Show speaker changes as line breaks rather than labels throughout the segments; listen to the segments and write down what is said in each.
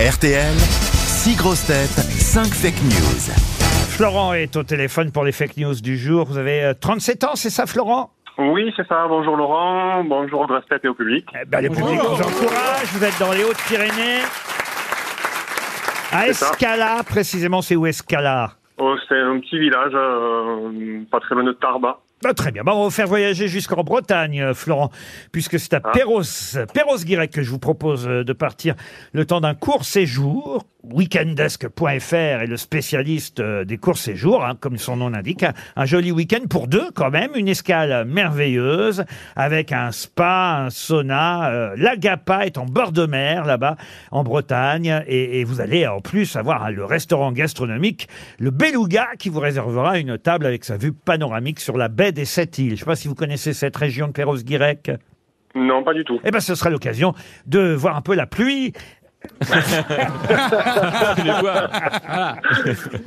RTL, 6 grosses têtes, 5 fake news.
Florent est au téléphone pour les fake news du jour. Vous avez euh, 37 ans, c'est ça, Florent
Oui, c'est ça. Bonjour Laurent, bonjour Grosse Tête et au public.
Eh ben, Les publics vous encouragent. Vous êtes dans les Hautes-Pyrénées. À
C'est ça.
Escala, précisément, c'est où Escala
Oh, c'est un petit village, euh, pas très loin de Tarbes.
Bah, très bien. Bah, on va vous faire voyager jusqu'en Bretagne, euh, Florent, puisque c'est à
Ah.
Perros, Perros-Guirec que je vous propose euh, de partir le temps d'un court séjour. Weekendesk.fr est le spécialiste euh, des courts séjours, hein, comme son nom l'indique. Un, un joli week-end pour deux, quand même. Une escale merveilleuse avec un spa, un sauna. euh, L'Agapa est en bord de mer, là-bas, en Bretagne. Et, et vous allez en plus avoir hein, le restaurant gastronomique, le Beluga, qui vous réservera une table avec sa vue panoramique sur la baie des Sept Îles. Je ne sais pas si vous connaissez cette région de Perros-Guirec.
Non, pas du tout.
Eh bien, ce sera l'occasion de voir un peu la pluie.
hein.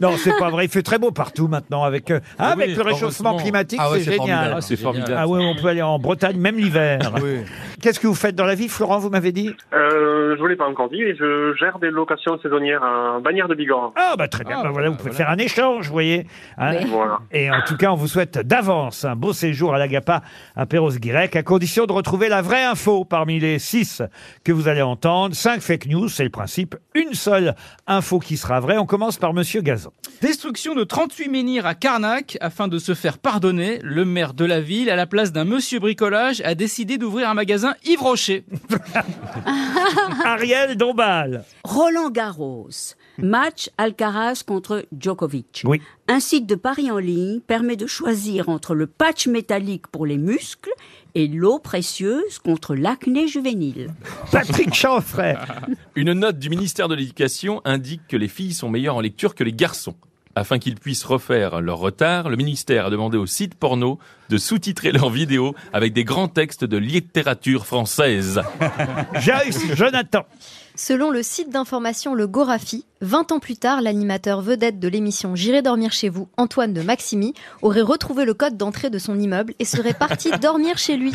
Non, c'est pas vrai. Il fait très beau partout maintenant avec, euh, ah,
Oui,
avec le réchauffement
heureusement.
climatique.
Ah ouais,
c'est
c'est
génial.
formidable.
c'est formidable.
Ah ouais, on peut aller en Bretagne, même l'hiver.
Oui.
Qu'est-ce que vous faites dans la vie, Florent Vous m'avez dit
Euh, je vous l'ai pas encore dit, et je gère des locations saisonnières à Bagnères de Bigorre.
Ah, bah très bien.
Ah,
bah, voilà, vous pouvez faire un échange, vous voyez. Hein
Voilà.
Et en tout cas, on vous souhaite d'avance un beau séjour à l'Agapa à Perros-Guirec, à condition de retrouver la vraie info parmi les six que vous allez entendre. Cinq fake news, c'est le principe. Une seule info qui sera vraie. On commence par Monsieur Gazan.
Destruction de 38 menhirs à Carnac afin de se faire pardonner. Le maire de la ville, à la place d'un monsieur bricolage, a décidé d'ouvrir un magasin Yves Rocher.
Ariel Dombal.
Roland Garros, match Alcaraz contre Djokovic.
Oui.
Un site de paris en ligne permet de choisir entre le patch métallique pour les muscles et l'eau précieuse contre l'acné juvénile.
Patrick Chanfray.
Une note du ministère de l'Éducation indique que les filles sont meilleures en lecture que les garçons. Afin qu'ils puissent refaire leur retard, le ministère a demandé aux sites porno de sous-titrer leurs vidéos avec des grands textes de littérature française.
Joyce Jonathan.
Selon le site d'information Le Gorafi, 20 ans plus tard, l'animateur vedette de l'émission J'irai dormir chez vous, Antoine de Maximi, aurait retrouvé le code d'entrée de son immeuble et serait parti dormir chez lui.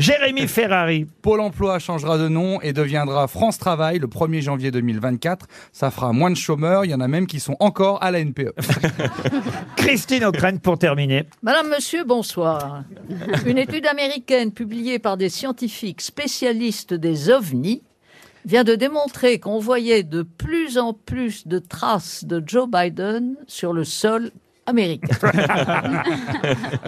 Jérémy Ferrari.
Pôle emploi changera de nom et deviendra France Travail le 1er janvier 2024. Ça fera moins de chômeurs, il y en a même qui sont encore à la E. NPE.
Christine O'Crane pour terminer.
Madame, monsieur, bonsoir. Une étude américaine publiée par des scientifiques spécialistes des ovnis vient de démontrer qu'on voyait de plus en plus de traces de Joe Biden sur le sol américain.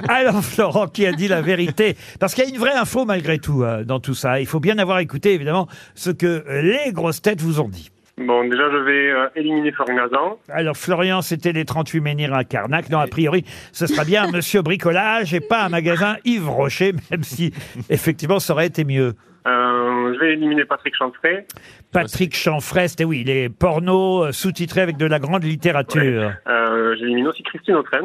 Alors Florent qui a dit la vérité, parce qu'il y a une vraie info malgré tout euh, dans tout ça. Il faut bien avoir écouté évidemment ce que euh, les grosses têtes vous ont dit.
Bon, déjà, je vais euh, éliminer Florian Gazan.
Alors Florian, c'était les 38 menhirs à Carnac. Non, a priori, ce sera bien un Monsieur Bricolage et pas un magasin Yves Rocher, même si effectivement ça aurait été mieux.
Euh, je vais éliminer Patrick Chanfray.
Patrick Chanfray, c'était oui, les pornos euh, sous-titrés avec de la grande littérature.
Euh, J'élimine aussi Christine O'Trent.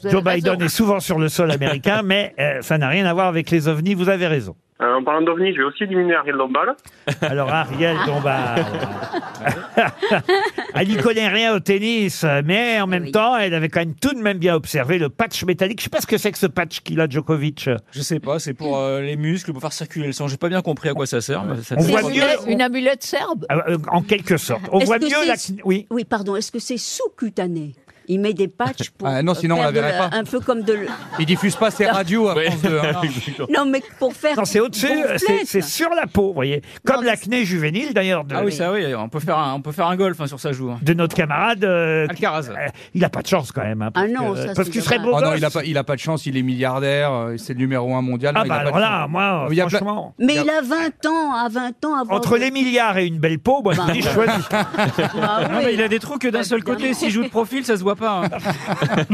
Vous avez
Joe
Bah, raison.
Biden est souvent sur le sol américain, mais euh, ça n'a rien à voir avec les ovnis, vous avez raison.
Euh, en parlant d'OVNI, je vais aussi éliminer Ariel Dombal.
Alors Ariel Dombal. elle n'y connaît rien au tennis, mais en même
Oui.
temps, elle avait quand même tout de même bien observé le patch métallique. Je sais pas ce que c'est que ce patch qu'il a, Djokovic.
Je sais pas, c'est pour euh, les muscles, pour faire circuler le sang. J'ai pas bien compris à quoi ça sert. mais ça-
On
C'est
voit
une,
mieux.
amulette- une amulette serbe
Ah, euh, En quelque sorte. On
Est-ce
voit
que
mieux la...
c'est-
Oui.
Oui, pardon, est-ce que c'est sous-cutané Il met des patchs pour
Ah non, sinon,
euh,
on la
faire de
verrait pas.
Un peu comme de le-
Ils diffusent pas ces radios à France 2.
Ah,
hein.
Non, mais pour faire
Non, c'est au-dessus, euh, c'est
gonflette.
c'est sur la peau, vous voyez. Comme
mais
l'acné juvénile, d'ailleurs, de,
Ah oui, ça oui, on peut faire un, on peut faire un golf hein, sur sa joue. hein.
de notre camarade. euh,
Alcaraz.
euh, il n'a pas de chance, quand même. hein, parce
Ah non,
que-
ça,
Parce
c'est
qu'il serait beau
Ah, Oh non,
gosse.
il a pas, il a pas de chance, il est milliardaire, euh, c'est le numéro un mondial.
Ah
non, il
bah
a pas de
alors là,
chance.
moi,
Il y a plein-
franchement...
Mais il a 20 ans, à 20 ans avant
Entre les milliards et une belle peau, moi,
Bah,
je vous dis, je choisis.
Non mais il a des trous que d'un seul côté. S'il joue de profil, ça se voit pas. hein.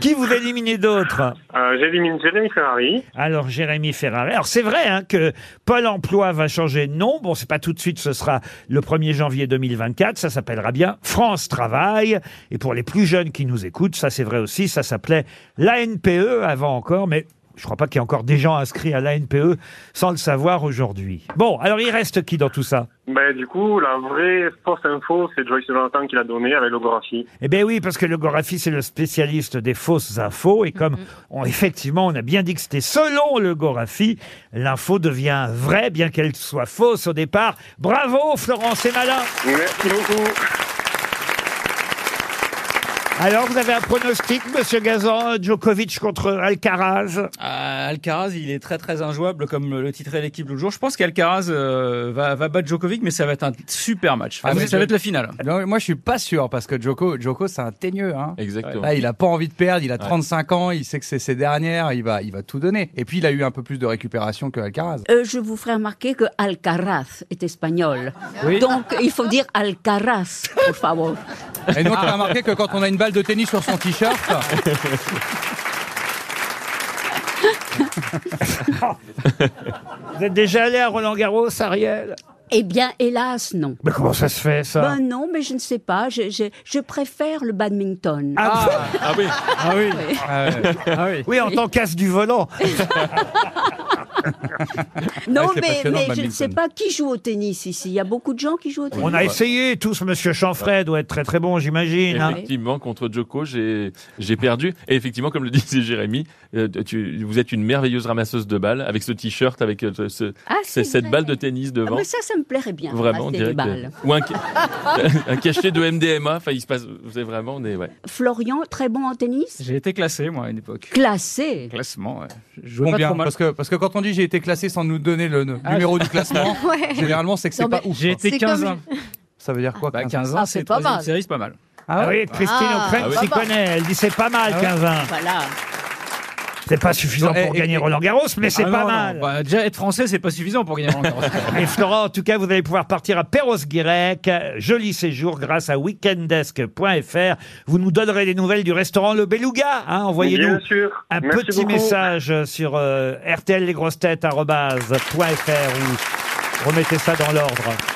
Qui vous éliminez d'autres
Euh, J'élimine Jérémy Ferrari.
Alors Jérémy Ferrari. Alors c'est vrai hein, que Pôle Emploi va changer de nom. Bon, c'est pas tout de suite, ce sera le 1er janvier 2024. Ça s'appellera bien France Travail. Et pour les plus jeunes qui nous écoutent, ça c'est vrai aussi, ça s'appelait l'ANPE E avant encore, mais Je crois pas qu'il y ait encore des gens inscrits à l'ANPE E sans le savoir aujourd'hui. Bon, alors il reste qui dans tout ça
Ben, du coup, la vraie fausse info, c'est Joyce Jonathan qui l'a donnée avec l'ographie.
Eh bien oui, parce que le Gorafi, c'est le spécialiste des fausses infos. Et comme, on, effectivement, on a bien dit que c'était selon le Gorafi, l'info devient vraie, bien qu'elle soit fausse au départ. Bravo, Florence, c'est malin
Merci beaucoup.
Alors, vous avez un pronostic, Monsieur Gazan, Djokovic contre Alcaraz
Ah, Alcaraz, il est très très injouable, comme le titrait l'équipe l'autre jour. Je pense qu'Alcaraz euh, va, va battre Djokovic, mais ça va être un super match.
Ah, mais
ça
je-
va être la finale.
Non, moi, je suis pas sûr parce que Joko, Joko, c'est un teigneux. Hein.
Exactement.
Là, il a pas envie de perdre. Il a
Ouais.
35 ans. Il sait que c'est ses dernières. Il va, il va tout donner. Et puis, il a eu un peu plus de récupération que Alcaraz.
Euh, je vous ferai remarquer que Alcaraz est espagnol.
Oui.
Donc, il faut dire Alcaraz, por favor.
Et donc, on a remarqué que quand on a une balle de tennis sur son t-shirt,
Vous êtes déjà allé à Roland-Garros, Ariel
Eh bien, hélas, non.
Mais comment ça se fait, ça
Ben non, mais je ne sais pas. Je, je- je préfère le badminton.
Ah,
Ah oui,
ah oui, ah oui.
oui, en tant qu'as du volant.
ouais,
non,
c'est
mais,
passionnant, le
mais je ne sais
badminton.
pas qui joue au tennis ici. Il y a beaucoup de gens qui jouent au tennis.
On a essayé tous, Monsieur Chanfray doit être très très bon, j'imagine. hein.
effectivement, contre Joko, j'ai j'ai perdu. Et effectivement, comme le disait Jérémy, euh, tu- vous êtes une merveilleuse ramasseuse de balles avec ce t-shirt, avec euh, ce-
Ah,
c'est cette balle de tennis
Ah,
devant.
mais ça, ça me plairait bien.
Vraiment, on
ramasser des balles.
dirait que- Ou un, ca- un cachet de MDMA. Enfin, il se passe. Vous êtes vraiment. On est, ouais.
Florian, très bon en tennis
J'ai été classé, moi, à une époque.
Classé.
Classement, ouais. Je jouais pas
Combien
trop mal.
parce que, parce que quand on dit j'ai été classé sans nous donner le n- numéro du classement, généralement, c'est que c'est
Non,
pas
mais-
ouf.
J'ai été
C'est
15
comme-
ans.
Ça veut dire quoi
Bah,
15?
15 ans,
Ah,
c'est
c'est pas
troisième
mal.
série, c'est pas mal.
Ah
Ah
ouais
oui, Christine
Ah,
O'Krent
oui.
s'y connaît. Elle dit c'est pas mal,
Ah ouais.
15 ans.
Voilà.
C'est pas suffisant
Eh,
pour
eh,
gagner
eh.
Roland Garros, mais c'est
Ah,
pas
non, non.
mal.
Bah, déjà, être français, c'est pas suffisant pour gagner Roland Garros.
Et Florent, en tout cas, vous allez pouvoir partir à Perros-Guirec. Joli séjour grâce à weekendesk.fr. Vous nous donnerez des nouvelles du restaurant Le Beluga. Hein, Envoyez-nous
Bien sûr.
un
Merci
petit
beaucoup.
message sur euh, rtlesgrossetêtes.fr ou remettez ça dans l'ordre.